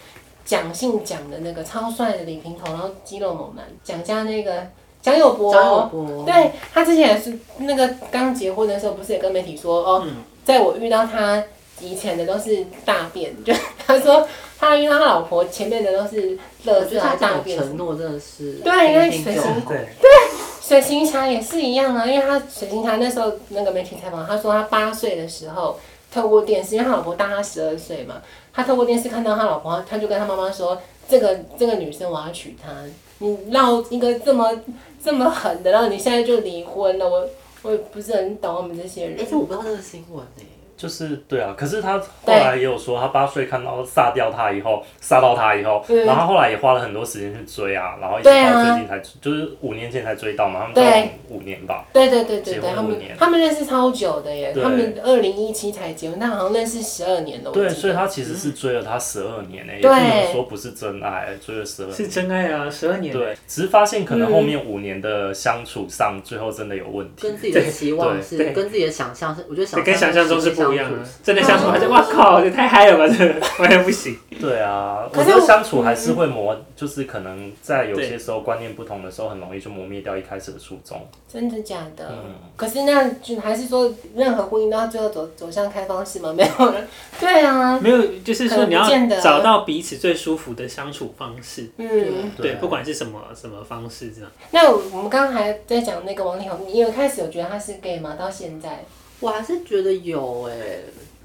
Speaker 1: 蒋姓蒋的那个超帅的李平头，然后肌肉猛男，蒋家那个蒋友柏，
Speaker 3: 张友波，
Speaker 1: 对他之前也是那个刚结婚的时候，不是也跟媒体说哦，
Speaker 3: 嗯
Speaker 1: 在我遇到他以前的都是大便，就他说他遇到他老婆前面的都是
Speaker 3: 我
Speaker 1: 乐
Speaker 3: 觉
Speaker 1: 色
Speaker 3: 得
Speaker 1: 啊
Speaker 3: 他
Speaker 1: 大
Speaker 3: 讲
Speaker 1: 便。
Speaker 3: 承诺真的是
Speaker 1: 对因为
Speaker 3: 听听
Speaker 1: 水
Speaker 3: 就
Speaker 1: 星
Speaker 3: 好
Speaker 2: 对，
Speaker 1: 水行侠也是一样啊，因为他水行侠那时候那个媒体采访，他说他八岁的时候透过电视，因为他老婆大他十二岁嘛，他透过电视看到他老婆，他就跟他妈妈说：“这个这个女生我要娶她，你闹一个这么这么狠的，然后你现在就离婚了，我我也不是很懂我们这些人
Speaker 3: 哎、。这我不知道这个新闻哎、
Speaker 4: 就是对啊，可是他后来也有说，他八岁看到杀掉他以后，杀到他以后，
Speaker 1: 嗯
Speaker 4: 然后他后来也花了很多时间去追啊，然后一直
Speaker 1: 对啊
Speaker 4: 到最近才，就是五年前才追到嘛，他们交
Speaker 1: 对
Speaker 4: 往五年吧。
Speaker 1: 对对对对对，
Speaker 4: 结婚
Speaker 1: 他
Speaker 4: 五
Speaker 1: 们
Speaker 4: 年
Speaker 1: 他们认识超久的耶，
Speaker 4: 对
Speaker 1: 他们二零一七才结婚，但好像认识十二年了。我
Speaker 4: 对，
Speaker 1: 记得
Speaker 4: 所以他其实是追了他十二年欸诶、也
Speaker 1: 对
Speaker 4: 不能说不是真爱，追了十二
Speaker 2: 是
Speaker 4: 年。
Speaker 2: 真爱啊，十二年。
Speaker 4: 对，只是发现可能后面五年的相处上，最后真的有问题。
Speaker 3: 跟自己的期望是
Speaker 2: 对对
Speaker 3: 跟自己的想象是，我觉得想
Speaker 2: 这跟想象中是不一样
Speaker 3: 的
Speaker 2: 的，。真的相处还是哇靠，这太嗨了吧！这个 完全不行。
Speaker 4: 对啊，
Speaker 1: 可
Speaker 4: 我
Speaker 1: 是
Speaker 4: 觉得
Speaker 1: 我
Speaker 4: 相处还是会磨，就是可能在有些时候观念不同的时候，很容易就磨灭掉一开始的初衷。
Speaker 1: 真的假的？
Speaker 4: 嗯
Speaker 1: 可是那就还是说，任何婚姻都要最后走走向开放式吗？ 没有人。对啊，
Speaker 2: 没有，就是说你要
Speaker 1: 可能不见得啊
Speaker 2: 找到彼此最舒服的相处方式。
Speaker 1: 嗯。
Speaker 2: 对，
Speaker 4: 啊
Speaker 2: 不管是什么什么方式，这样
Speaker 1: 那我们刚才在讲那个王力宏，你有开始有觉得他是 gay 吗？到现在？
Speaker 3: 我还是觉得有哎、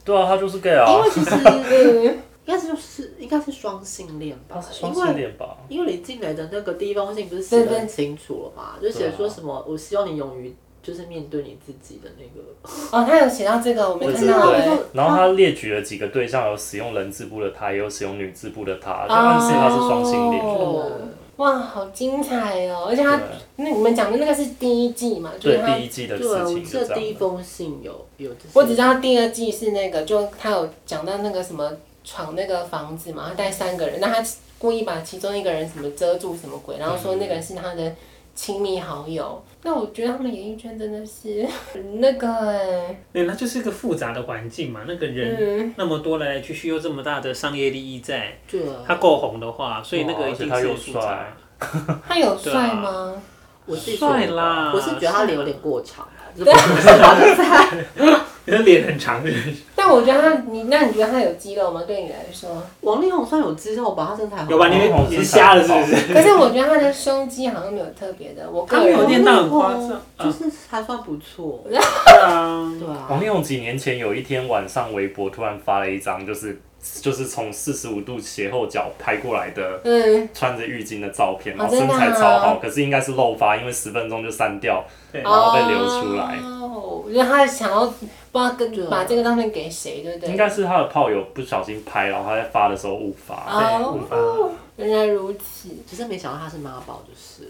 Speaker 4: 对啊，他就是 gay 啊
Speaker 2: 哦
Speaker 3: 因，为其实
Speaker 1: 嗯，
Speaker 3: 应该是就是应该是双性恋吧
Speaker 4: 他哦是，
Speaker 3: 因
Speaker 4: 双性
Speaker 3: 为
Speaker 4: 恋吧？
Speaker 3: 因为李静蕾的那个第一封信不是写
Speaker 1: 对
Speaker 3: 的
Speaker 1: 对
Speaker 3: 很清楚了嘛，就
Speaker 2: 啊
Speaker 3: 写说什么、我希望你勇于就是面对你自己的那个，啊
Speaker 1: 哦，他有写到这个，我没
Speaker 3: 我
Speaker 1: 看
Speaker 3: 知道
Speaker 1: 到
Speaker 4: 欸
Speaker 3: 我
Speaker 1: 哎、
Speaker 3: 就
Speaker 4: 然后他列举了几个对象，有使用人字部的他，也有使用女字部的他，就
Speaker 1: 哦
Speaker 4: 暗示他是双性恋。
Speaker 1: 哦哇，好精彩哦！而且他
Speaker 4: 对
Speaker 1: 那你们讲的那个是第一季嘛，就是
Speaker 4: 对
Speaker 1: 他
Speaker 4: 第一季的
Speaker 3: 对啊，
Speaker 4: 事
Speaker 3: 我
Speaker 4: 情
Speaker 3: 记
Speaker 4: 就
Speaker 3: 得
Speaker 4: 这
Speaker 3: 第一
Speaker 4: 样。
Speaker 3: 封信有有这些，
Speaker 1: 我只知道第二季是那个，就他有讲到那个什么闯那个房子嘛，他带三个人，那他故意把其中一个人什么遮住什么鬼，然后说那个人是他的亲密好友。那我觉得他们演艺圈真的是嗯那个、欸，
Speaker 2: 对，那就是一个复杂的环境嘛。那个人
Speaker 1: 嗯，
Speaker 2: 那么多来来去去，又这么大的商业利益在，
Speaker 3: 对啊，
Speaker 2: 他够红的话，所以那
Speaker 4: 哇
Speaker 2: 个一
Speaker 4: 哦而且
Speaker 2: 定
Speaker 4: 他又
Speaker 2: 是复杂。
Speaker 1: 他有帅吗？
Speaker 3: 我自己觉
Speaker 2: 帅
Speaker 3: 得
Speaker 2: 啦，
Speaker 3: 我是觉得他脸有 点过长，啊就是不是他在，
Speaker 2: 你的
Speaker 3: 啊
Speaker 2: 脸很长，
Speaker 1: 但我觉得他，你那你觉得他有肌肉吗？对你来说，
Speaker 3: 王力宏算有肌肉吧，他身材很
Speaker 2: 有吧？
Speaker 3: 好
Speaker 2: 你
Speaker 4: 哦
Speaker 2: 啊你是瞎了是不是？
Speaker 1: 可是我觉得他的胸肌好像没有特别的，我
Speaker 2: 他
Speaker 1: 个
Speaker 2: 没
Speaker 1: 人
Speaker 2: 有练到很夸
Speaker 3: 王
Speaker 2: 张
Speaker 3: 力宏，哦就
Speaker 2: 啊
Speaker 3: 是还算不错，
Speaker 2: 对啊，
Speaker 3: 对啊。
Speaker 4: 王力宏几年前有一天晚上，微博突然发了一张，就是就是从四十五度斜后角拍过来的
Speaker 1: 嗯，
Speaker 4: 穿着浴巾的照片，
Speaker 1: 哦
Speaker 4: 然后
Speaker 1: 真
Speaker 4: 身
Speaker 1: 的
Speaker 4: 材
Speaker 1: 啊
Speaker 4: 超好，可是应该是漏发，因为十分钟就删掉，
Speaker 2: 对
Speaker 4: 然后被流出来。
Speaker 1: 哦，我觉得他想要不知道跟
Speaker 3: 对
Speaker 1: 把这个照片给谁，对不对？
Speaker 4: 应该是他的炮友不小心拍，然后他在发的时候误发。
Speaker 2: 对啊
Speaker 1: 哦
Speaker 2: 误，发。
Speaker 1: 原来如此。
Speaker 3: 只是没想到他是妈宝，就是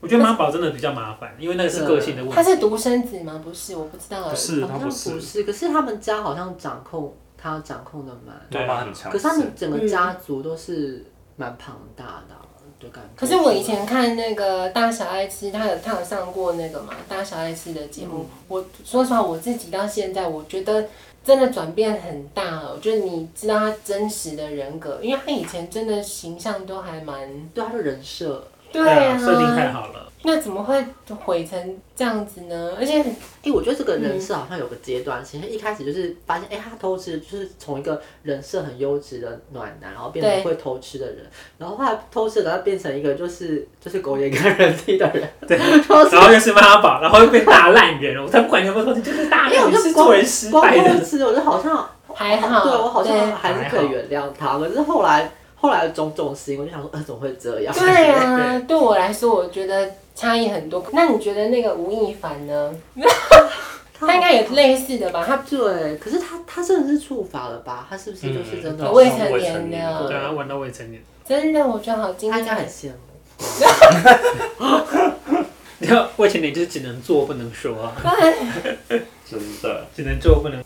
Speaker 2: 我觉得妈宝真的比较麻烦，因为那个是个性的问
Speaker 1: 他
Speaker 2: 题。
Speaker 1: 是独生子吗？不是，我不知道。
Speaker 4: 不是，
Speaker 3: 好
Speaker 4: 他
Speaker 3: 像
Speaker 4: 不是，
Speaker 3: 不是，可是他们家好像掌控他掌控的蛮，
Speaker 2: 对
Speaker 4: 妈妈很强
Speaker 3: 可
Speaker 4: 势。
Speaker 3: 是他们整个家族都是蛮庞大的啊，就感觉。
Speaker 1: 可是我以前看那个《大小爱吃》，他有他有上过那个嘛《大小爱吃》的节目。我说实话，我自己到现在，我觉得真的转变很大了。就是你知道他真实的人格，因为他以前真的形象都还蛮……
Speaker 3: 对他的人设，
Speaker 1: 对
Speaker 2: 啊，
Speaker 1: 啊，
Speaker 2: 设定太好了，
Speaker 1: 那怎么会毁成这样子呢？而且
Speaker 3: 哎、我觉得这个人设好像有个阶段性，因为一开始就是发现，哎、他偷吃就是从一个人设很优质的暖男，然后变成会偷吃的人，然后后来偷吃的他变成一个就是就是苟延跟人踢的人，
Speaker 2: 对，
Speaker 3: 就是
Speaker 2: 然后又是妈宝，然后又变大烂人，我才不啊管你有没有偷听，就是大
Speaker 3: 因为我
Speaker 2: 烂人
Speaker 3: 就是光
Speaker 2: 做人失
Speaker 3: 光
Speaker 2: 败
Speaker 3: 偷
Speaker 2: 的，
Speaker 3: 吃，我就好像
Speaker 1: 还好，
Speaker 3: 对我好像
Speaker 1: 对
Speaker 3: 还是可以原谅他，可是后来后来种种事情，我就想说，呃，怎么会这样？
Speaker 1: 对啊，对我来说，我觉得差异很多。那你觉得那个吴亦凡呢？
Speaker 3: 他
Speaker 1: 他应该也类似的吧？他
Speaker 3: 对，可是他他真的是触法了吧？他是不是就是真的？
Speaker 1: 嗯
Speaker 4: 嗯
Speaker 1: 未成年的
Speaker 2: 对啊，玩到未成年，
Speaker 1: 真的，我觉得好惊
Speaker 3: 他应该很
Speaker 1: 讶。
Speaker 3: 羡慕。
Speaker 2: 你看 未成年就是只能做不能说 啊，
Speaker 4: 真 的。
Speaker 2: 只能做不能，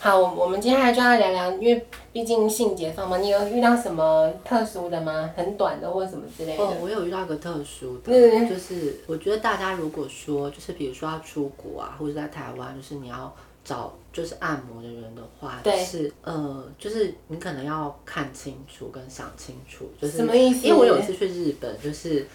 Speaker 1: 好，我我们接下来就要聊聊，因为毕竟性解放嘛，你有遇到什么特殊的吗？很短的或者什么之类
Speaker 3: 哦
Speaker 1: 的？，
Speaker 3: 我有遇到一个特殊的，
Speaker 1: 嗯
Speaker 3: 就是我觉得大家如果说，就是比如说要出国啊，或者在台湾，就是你要找就是按摩的人的话，
Speaker 1: 对
Speaker 3: 是呃，就是你可能要看清楚跟想清楚，就是
Speaker 1: 什么意思？
Speaker 3: 因为我有一次去日本，就是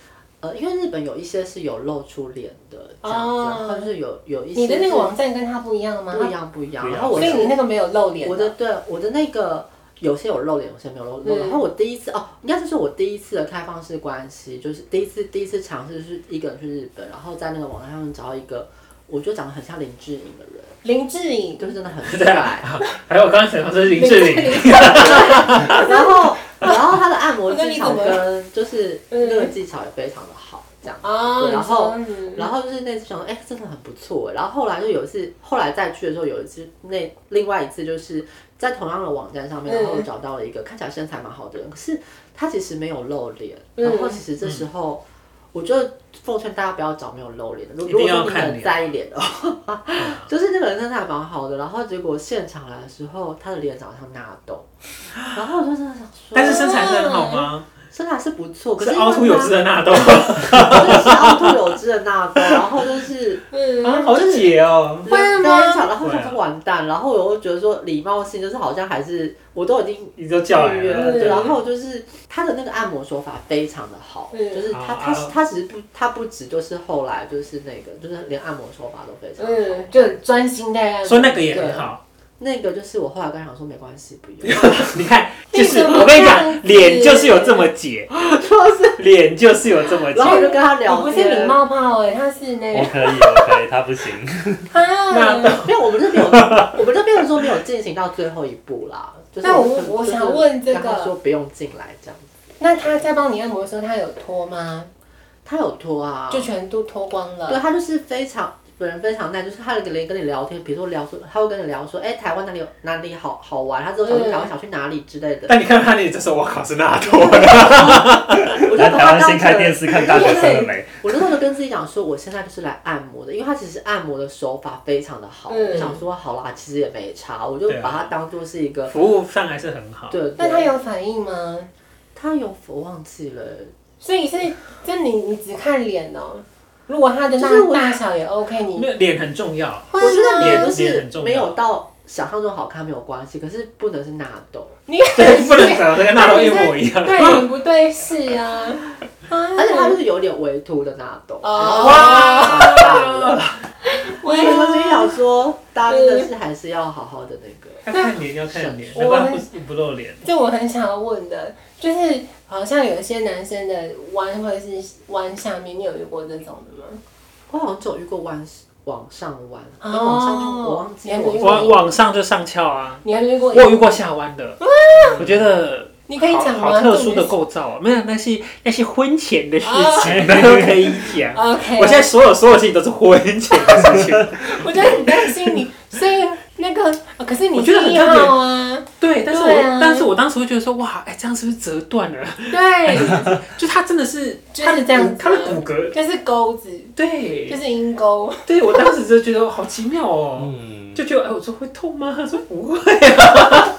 Speaker 3: 呃，因为日本有一些是有露出脸的这样子，
Speaker 1: 哦
Speaker 3: 然后就是有有一些
Speaker 1: 你的那个
Speaker 3: 是
Speaker 1: 网站跟他不一样吗？
Speaker 3: 不一样不一样，
Speaker 4: 不一样
Speaker 3: 然后我
Speaker 1: 所
Speaker 3: 的
Speaker 1: 以你那个没有露脸。
Speaker 3: 我的对我的那个有些有露脸，有些没有露露。
Speaker 1: 嗯
Speaker 3: 然后我第一次哦，应该是说我第一次的开放式关系，就是第一次第一次尝试是一个人去日本，然后在那个网站上面找到一个。我觉得长得很像林志颖的人，
Speaker 1: 林志颖，
Speaker 3: 就是真的很
Speaker 2: 对
Speaker 3: 帅。
Speaker 2: 啊， 还有我刚刚想到是 林志玲，
Speaker 3: 然后，然后他的按摩
Speaker 1: 我说你
Speaker 3: 技巧
Speaker 1: 怎么
Speaker 3: 跟就是那
Speaker 1: 嗯
Speaker 3: 个技巧也非常的好，这样。
Speaker 1: 哦，
Speaker 3: 对然后
Speaker 1: 你说
Speaker 3: 然后就是那次想说，哎、真的很不错。然后后来就有一次，后来再去的时候，有一次那另外一次就是在同样的网站上面，
Speaker 1: 嗯
Speaker 3: 然后我找到了一个看起来身材蛮好的人，可是他其实没有露脸。
Speaker 1: 嗯
Speaker 3: 然后其实这时候，我就奉劝大家不要找没有露脸的。如
Speaker 2: 一
Speaker 3: 如
Speaker 2: 定
Speaker 3: 果
Speaker 2: 要
Speaker 3: 说你
Speaker 2: 看
Speaker 3: 很
Speaker 2: 脸嗯
Speaker 3: 在意脸的话， 就是那个人身材蛮好的，然后结果现场来的时候，他的脸长得像纳豆，然后我就真的想说，
Speaker 2: 但是身材是很好吗？
Speaker 3: 身材是不错，可
Speaker 2: 是
Speaker 3: 是
Speaker 2: 凹凸有致
Speaker 3: 的，
Speaker 2: 的纳豆，
Speaker 3: 对是凹凸有致的纳豆，然后就是。
Speaker 1: 嗯
Speaker 2: 啊， 好解哦，
Speaker 1: 会吗
Speaker 3: 刚吵，然后我
Speaker 2: 会啊
Speaker 3: 想说完蛋，然后我又觉得说礼貌性就是好像还是我都已经
Speaker 2: 你都叫来
Speaker 3: 预约
Speaker 2: 了，
Speaker 3: 了，
Speaker 1: 对
Speaker 2: 对啊
Speaker 3: 然后就是他的那个按摩手法非常的好，
Speaker 1: 嗯
Speaker 3: 就是他
Speaker 2: 好
Speaker 3: 他
Speaker 2: 啊
Speaker 3: 他只是不他不止就是后来就是那个就是连按摩手法都非常好。
Speaker 1: 嗯，就很专心在按摩
Speaker 2: 说那个也很好。
Speaker 3: 那个就是我后来跟他讲说没关系，不 用，
Speaker 2: 你看，
Speaker 1: 你
Speaker 2: 啊就是
Speaker 1: 怎么
Speaker 2: 我跟你
Speaker 1: 这样
Speaker 2: 讲，
Speaker 1: 子
Speaker 2: 脸就是有这么解，脸 就是有这么解
Speaker 3: 然。后我就跟他
Speaker 1: 你
Speaker 3: 聊
Speaker 1: 不是
Speaker 3: 天
Speaker 1: 礼，貌炮哎，他是那
Speaker 4: 我
Speaker 1: 个
Speaker 4: 可以，我可以， 他不行。
Speaker 2: 哦那
Speaker 1: 啊。
Speaker 3: 没有，我们这边有我们这边说没有进行到最后一步啦。就是
Speaker 1: 那我
Speaker 3: 就是
Speaker 1: 我想问这个
Speaker 3: 跟他说不用进来这样子，
Speaker 1: 那他在帮你按摩的时候，他有脱吗？
Speaker 3: 他有拖啊，
Speaker 1: 就全都脱光了。
Speaker 3: 对他就是非常本人非常耐，就是他连跟你聊天，比如说聊说，他会跟你聊说，哎、台湾哪里有哪里好好玩，他之后想去
Speaker 1: 嗯
Speaker 3: 台湾想去哪里之类的。
Speaker 2: 但你看他脸，这时候我靠是纳豆，
Speaker 3: 我就把
Speaker 4: 来台
Speaker 3: 他
Speaker 4: 湾
Speaker 3: 当
Speaker 4: 先开电
Speaker 3: 成，
Speaker 4: 视看大学生了没？
Speaker 3: 我那时候就跟自己讲说，我现在就是来按摩的，因为他其实按摩的手法非常的好，
Speaker 1: 嗯
Speaker 3: 我就想说好啦，其实也没差，我就
Speaker 2: 对啊
Speaker 3: 把它当做是一个
Speaker 2: 服务上还是很好。
Speaker 3: 对。
Speaker 1: 那
Speaker 3: 对
Speaker 1: 他有反应吗？
Speaker 3: 他有我忘记了，
Speaker 1: 所以是，就你你只看脸哦。如果他的大
Speaker 3: 就是我
Speaker 1: 大小也 OK，你
Speaker 2: 没有脸很重要，
Speaker 1: 啊
Speaker 3: 我觉得
Speaker 2: 脸
Speaker 3: 脸就
Speaker 2: 脸
Speaker 3: 是
Speaker 2: 很重要
Speaker 3: 没有到想象中好看没有关系，可是不能是纳豆。
Speaker 1: 你
Speaker 2: 对，不能长得跟纳豆一模 一样。
Speaker 1: 对脸不对视 啊。啊
Speaker 3: 而且他就是有点微凸的纳豆。
Speaker 1: 哦，
Speaker 3: 大大的
Speaker 1: 我
Speaker 3: 所以我只是想说，大家真的是还是要好好的那个。
Speaker 2: 要看脸，要看脸，
Speaker 1: 我
Speaker 2: 要不然不不露脸。
Speaker 1: 这我很想要问的，就是好像有一些男生的弯会是弯下面，你有遇过这种的吗？
Speaker 3: 我好像只有遇过弯往上弯，
Speaker 1: 哦哎
Speaker 3: 哎往上弯我忘记
Speaker 1: 你还没
Speaker 3: 我
Speaker 1: 遇过
Speaker 2: 往往上就上翘啊，
Speaker 1: 你还没遇过？
Speaker 2: 我有遇过下弯的，我觉得
Speaker 1: 你可以
Speaker 2: 好
Speaker 1: 讲吗？
Speaker 2: 好特殊的
Speaker 1: 故
Speaker 2: 构造啊，没有，那是那是婚前的事情，
Speaker 4: 哦
Speaker 1: 啊
Speaker 2: 都可以 讲。
Speaker 1: OK，
Speaker 2: 我现在所有所有事情都是婚前的事情。
Speaker 1: 我就很担心 你，所以那个，啊可是你
Speaker 2: 我觉得很
Speaker 1: 一
Speaker 2: 特别
Speaker 1: 号啊，
Speaker 2: 对，但是
Speaker 1: 对
Speaker 2: 我、
Speaker 1: 啊
Speaker 2: 但是我当时会觉得说，哇，哎、这样是不是折断了？
Speaker 1: 对，
Speaker 2: 就他真的是，
Speaker 1: 就是
Speaker 2: 他的
Speaker 1: 这样
Speaker 2: 骨
Speaker 1: 子
Speaker 2: 他的骨骼，
Speaker 1: 就是钩子，
Speaker 2: 对，
Speaker 1: 就是阴沟，
Speaker 2: 对我当时就觉得好奇妙哦，
Speaker 4: 嗯，
Speaker 2: 就觉得哎、我说会痛吗？ 他说不会啊，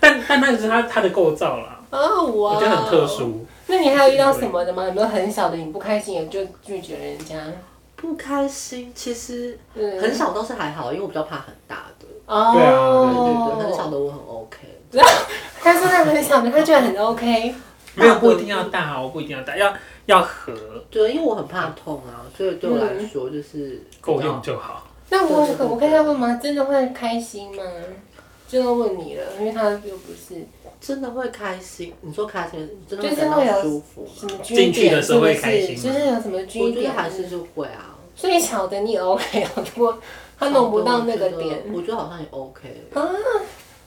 Speaker 2: 但但那就是他他的构造啦，
Speaker 1: 啊，我
Speaker 2: 我觉得很特。殊。
Speaker 1: 那你还有遇到什么的吗？有没有很小的你不开心也就拒绝人家？
Speaker 3: 不开心，其实
Speaker 1: 嗯，
Speaker 3: 很少都是还好，因为我比较怕很大的，
Speaker 1: 哦，
Speaker 2: 对啊对
Speaker 3: 对对对，很少的我很 OK。
Speaker 1: 但是那个很小的他居然很 OK，
Speaker 2: 没有不一定要大哦，不一定要大，要要合
Speaker 3: 对，因为我很怕痛啊，所以对我来说就是
Speaker 2: 够
Speaker 1: 嗯
Speaker 2: 用就好。
Speaker 1: 那我我跟他问吗？真的会开心吗？真的问你了，因为他又不是
Speaker 3: 真的会开心。你说开心，真的
Speaker 1: 就
Speaker 3: 会
Speaker 1: 是
Speaker 3: 感
Speaker 1: 会有
Speaker 3: 到舒服吗？
Speaker 1: 什么
Speaker 2: 进
Speaker 1: 军
Speaker 2: 去的
Speaker 1: 点，
Speaker 2: 时
Speaker 1: 是
Speaker 2: 候
Speaker 1: 不
Speaker 2: 会
Speaker 1: 是？
Speaker 2: 开心
Speaker 1: 就是有什么
Speaker 3: 我
Speaker 1: 军
Speaker 3: 觉得
Speaker 1: 点，
Speaker 3: 还是是会啊。
Speaker 1: 最小的你也 OK 啊，不过他弄不到那个点，
Speaker 3: 我觉得好像也 OK。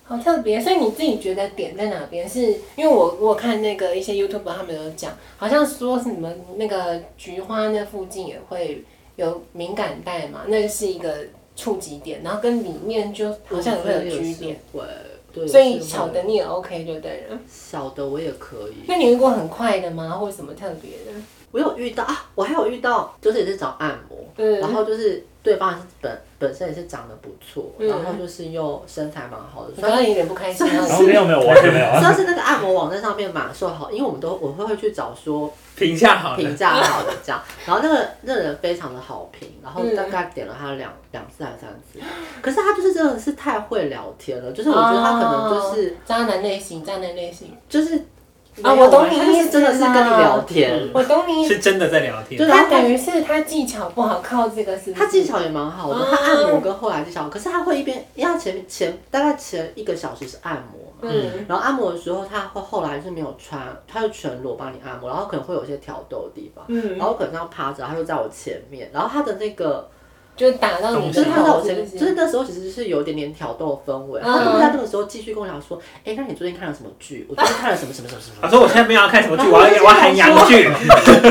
Speaker 1: 好特别。所以你自己觉得点在哪边？是因为我我看那个一些 YouTube 他们有讲，好像说是你们那个菊花那附近也会有敏感带嘛，那是一个触及点，然后跟里面就好像也会有居
Speaker 3: 区
Speaker 1: 点，，
Speaker 3: 会对，
Speaker 1: 所
Speaker 3: 有
Speaker 1: 以
Speaker 3: 时
Speaker 1: 小
Speaker 3: 候
Speaker 1: 的你也 OK 就对了。
Speaker 3: 小的我也可以。
Speaker 1: 那你遇过很快的吗？或者什么特别的？
Speaker 3: 我有遇到啊，我还有遇到，就是也是找按摩，
Speaker 1: 嗯
Speaker 3: 然后就是对方也是本本身也是长得不错，
Speaker 1: 嗯
Speaker 3: 然后就是又身材蛮 好的，
Speaker 1: 我
Speaker 3: 虽
Speaker 1: 刚
Speaker 3: 然
Speaker 1: 刚有点不开心啊。
Speaker 4: 然后没有没有，我完全 没有
Speaker 3: 虽
Speaker 4: 啊。
Speaker 3: 然是那个按摩网站上面蛮受好，因为我们都我会去找说
Speaker 2: 评价好
Speaker 3: 评
Speaker 2: 了，
Speaker 3: 价好的 这样，然后那个那个人非常的好评，然后
Speaker 1: 嗯
Speaker 3: 大概点了他两两次还是三次，可是他就是真的是太会聊天了，就是我觉得他可能就是、
Speaker 1: 哦渣男类型，渣男类型，
Speaker 3: 就是
Speaker 1: 啊
Speaker 3: 没有
Speaker 1: 我懂你
Speaker 3: 他就
Speaker 1: 意
Speaker 3: 是
Speaker 1: 思
Speaker 3: 真的是跟你
Speaker 1: 啦
Speaker 3: 聊天，
Speaker 1: 我懂你。
Speaker 2: 是真的在聊天
Speaker 3: 就。是
Speaker 1: 他
Speaker 3: 他
Speaker 1: 等于是他技巧不好，靠这个是不是
Speaker 3: 他技巧也蛮好的，
Speaker 1: 哦
Speaker 3: 他按摩跟后来技巧，可是他会一边，因为他前前大概前一个小时是按摩嘛，
Speaker 1: 嗯
Speaker 3: 然后按摩的时候他会后来是没有穿，他就全裸帮你按摩，然后可能会有一些挑逗的地方，
Speaker 1: 嗯，
Speaker 3: 然后可能要趴着，他就在我前面，然后他的那个
Speaker 1: 就打到你
Speaker 2: 嗯
Speaker 3: 就是
Speaker 1: 的
Speaker 3: 他在
Speaker 1: 头
Speaker 3: 我
Speaker 1: 是
Speaker 3: 前
Speaker 1: 不
Speaker 3: 面，
Speaker 1: 是，
Speaker 3: 就是那时候其实是有一点点挑逗氛围，
Speaker 1: 嗯
Speaker 3: 他就在那个时候继续跟我讲说，哎，那你最近看了什么剧？我最近看了什么什么什么什么
Speaker 2: 他说我现在没有要看什
Speaker 1: 哦
Speaker 2: 么剧，我要我要看洋剧，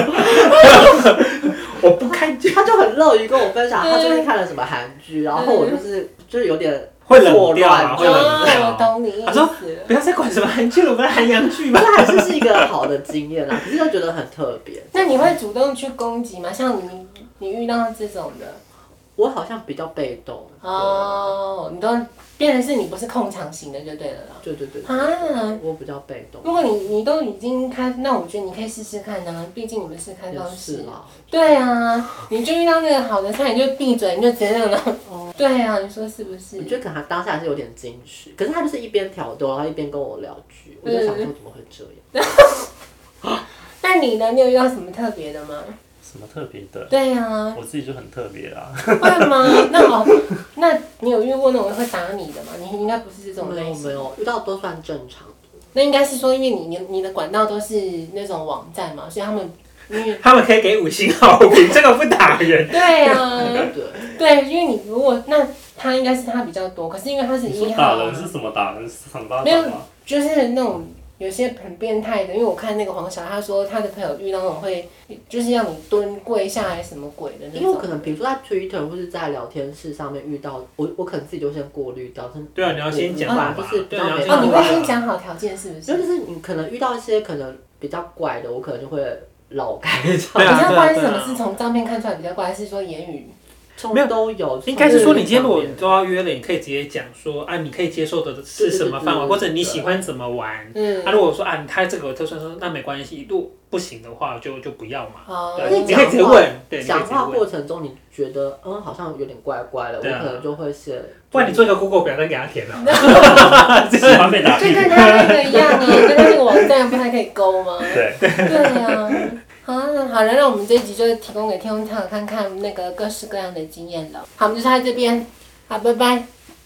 Speaker 1: 啊
Speaker 2: 我不看剧，
Speaker 3: 他就很乐于跟我分享他最
Speaker 1: 嗯
Speaker 3: 近看了什么韩剧，然后我就是就是有点
Speaker 2: 会冷
Speaker 3: 错
Speaker 2: 掉啊，
Speaker 3: 乱
Speaker 2: 会冷
Speaker 1: 哦，我
Speaker 2: 掉。
Speaker 1: 懂你意
Speaker 2: 他说
Speaker 1: 思了。
Speaker 2: 不要再管什么韩剧了，我们来韩洋剧吧。
Speaker 3: 那还是是一个好的经验啦，可 是就觉得很特别。
Speaker 1: 那你会主动去攻击吗？像你，你遇到这种的
Speaker 3: 我好像比较被动。
Speaker 2: 啊
Speaker 1: 哦，你都变成是你不是控场型的就对了啦。
Speaker 3: 对对对，对
Speaker 1: 啊
Speaker 3: 我比较被动。
Speaker 1: 如果你你都已经开，那我觉得你可以试试看啊，毕竟你们是开放
Speaker 3: 也
Speaker 1: 式
Speaker 3: 是。啦，
Speaker 1: 对啊，你就遇到那个好的菜，你就闭嘴，你就直接那种。
Speaker 3: 哦
Speaker 1: 对啊，你说是不是
Speaker 3: 我？觉得可能他当下还是有点矜持，可是他就是一边挑逗，然后一边跟我聊剧，
Speaker 2: 嗯
Speaker 3: 我就想说怎么会这样？
Speaker 1: 那你呢？你有遇到什么特别的吗？
Speaker 4: 什么特别的？
Speaker 1: 对啊，
Speaker 4: 我自己就很特别啊。
Speaker 1: 会吗？那哦，那你有遇过那种会打你的吗？你应该不是这
Speaker 2: 嗯
Speaker 1: 种
Speaker 3: 没
Speaker 1: 类
Speaker 3: 有没
Speaker 1: 型。
Speaker 3: 有，遇到都算正常的。
Speaker 1: 那应该是说，因为你你你的管道都是那种网站嘛，所以他们因为
Speaker 2: 他们可以给五星好评，这个不打 人。
Speaker 1: 对啊，
Speaker 3: 对，
Speaker 1: 对，因为你如果那他应该是他比较多，可是因为他是
Speaker 4: 你
Speaker 1: 一
Speaker 4: 说
Speaker 1: 号
Speaker 4: 打
Speaker 1: 啊
Speaker 4: 人，是什么打人？赏巴
Speaker 1: 没有
Speaker 4: 掌吗？
Speaker 1: 就是那种有些很变态的，因为我看那个黄晓，他说他的朋友遇到那种会就是要你蹲跪下来什么鬼的那种，
Speaker 3: 因为我可能比如说在 Twitter 或是在聊天室上面遇到，我我可能自己就先过滤掉。真的
Speaker 2: 对啊你要先讲
Speaker 3: 我无法
Speaker 2: 吧
Speaker 3: 就是比
Speaker 2: 对
Speaker 3: 较
Speaker 2: 啊
Speaker 3: 没
Speaker 2: 要
Speaker 1: 哦，你会
Speaker 3: 办法
Speaker 2: 先
Speaker 1: 先讲好条件是不
Speaker 3: 所以
Speaker 1: 是？
Speaker 3: 就是你可能遇到一些可能比较怪的，我可能就会老开这
Speaker 1: 比
Speaker 2: 对啊
Speaker 3: 样，
Speaker 1: 较怪是什
Speaker 2: 对
Speaker 1: 么？
Speaker 2: 啊
Speaker 1: 是从照片看出来比较怪，还是说言语？
Speaker 3: 从
Speaker 2: 没有
Speaker 3: 都有。
Speaker 2: 应该是说，你今天如果
Speaker 3: 从
Speaker 2: 都要约了，你可以直接讲说，啊，你可以接受的是什么范围，
Speaker 3: 对对对对
Speaker 2: 或者你喜欢怎么玩。
Speaker 1: 嗯
Speaker 2: 啊，，如果说啊，他这个有特殊说，那没关系，如果不行的话就就不要嘛。
Speaker 1: 哦，
Speaker 2: 对，
Speaker 3: 那
Speaker 2: 你可以直接问，对，你可以
Speaker 3: 讲
Speaker 2: 直接
Speaker 3: 话过
Speaker 2: 问。
Speaker 3: 程中，你觉得嗯好像有点怪怪的，我
Speaker 2: 对啊
Speaker 3: 可能就会写。
Speaker 2: 不然你做一个 Google 表单给他填 了，
Speaker 4: 喜欢被打
Speaker 1: 就
Speaker 4: 屁股。
Speaker 1: 跟他那个一样啊，跟他那个网站不还可以勾 吗？
Speaker 4: 对，
Speaker 1: 对啊。啊，好了，那我们这一集就提供给听众朋友看看那个各式各样的经验了。好，我们就到这边，好，拜拜。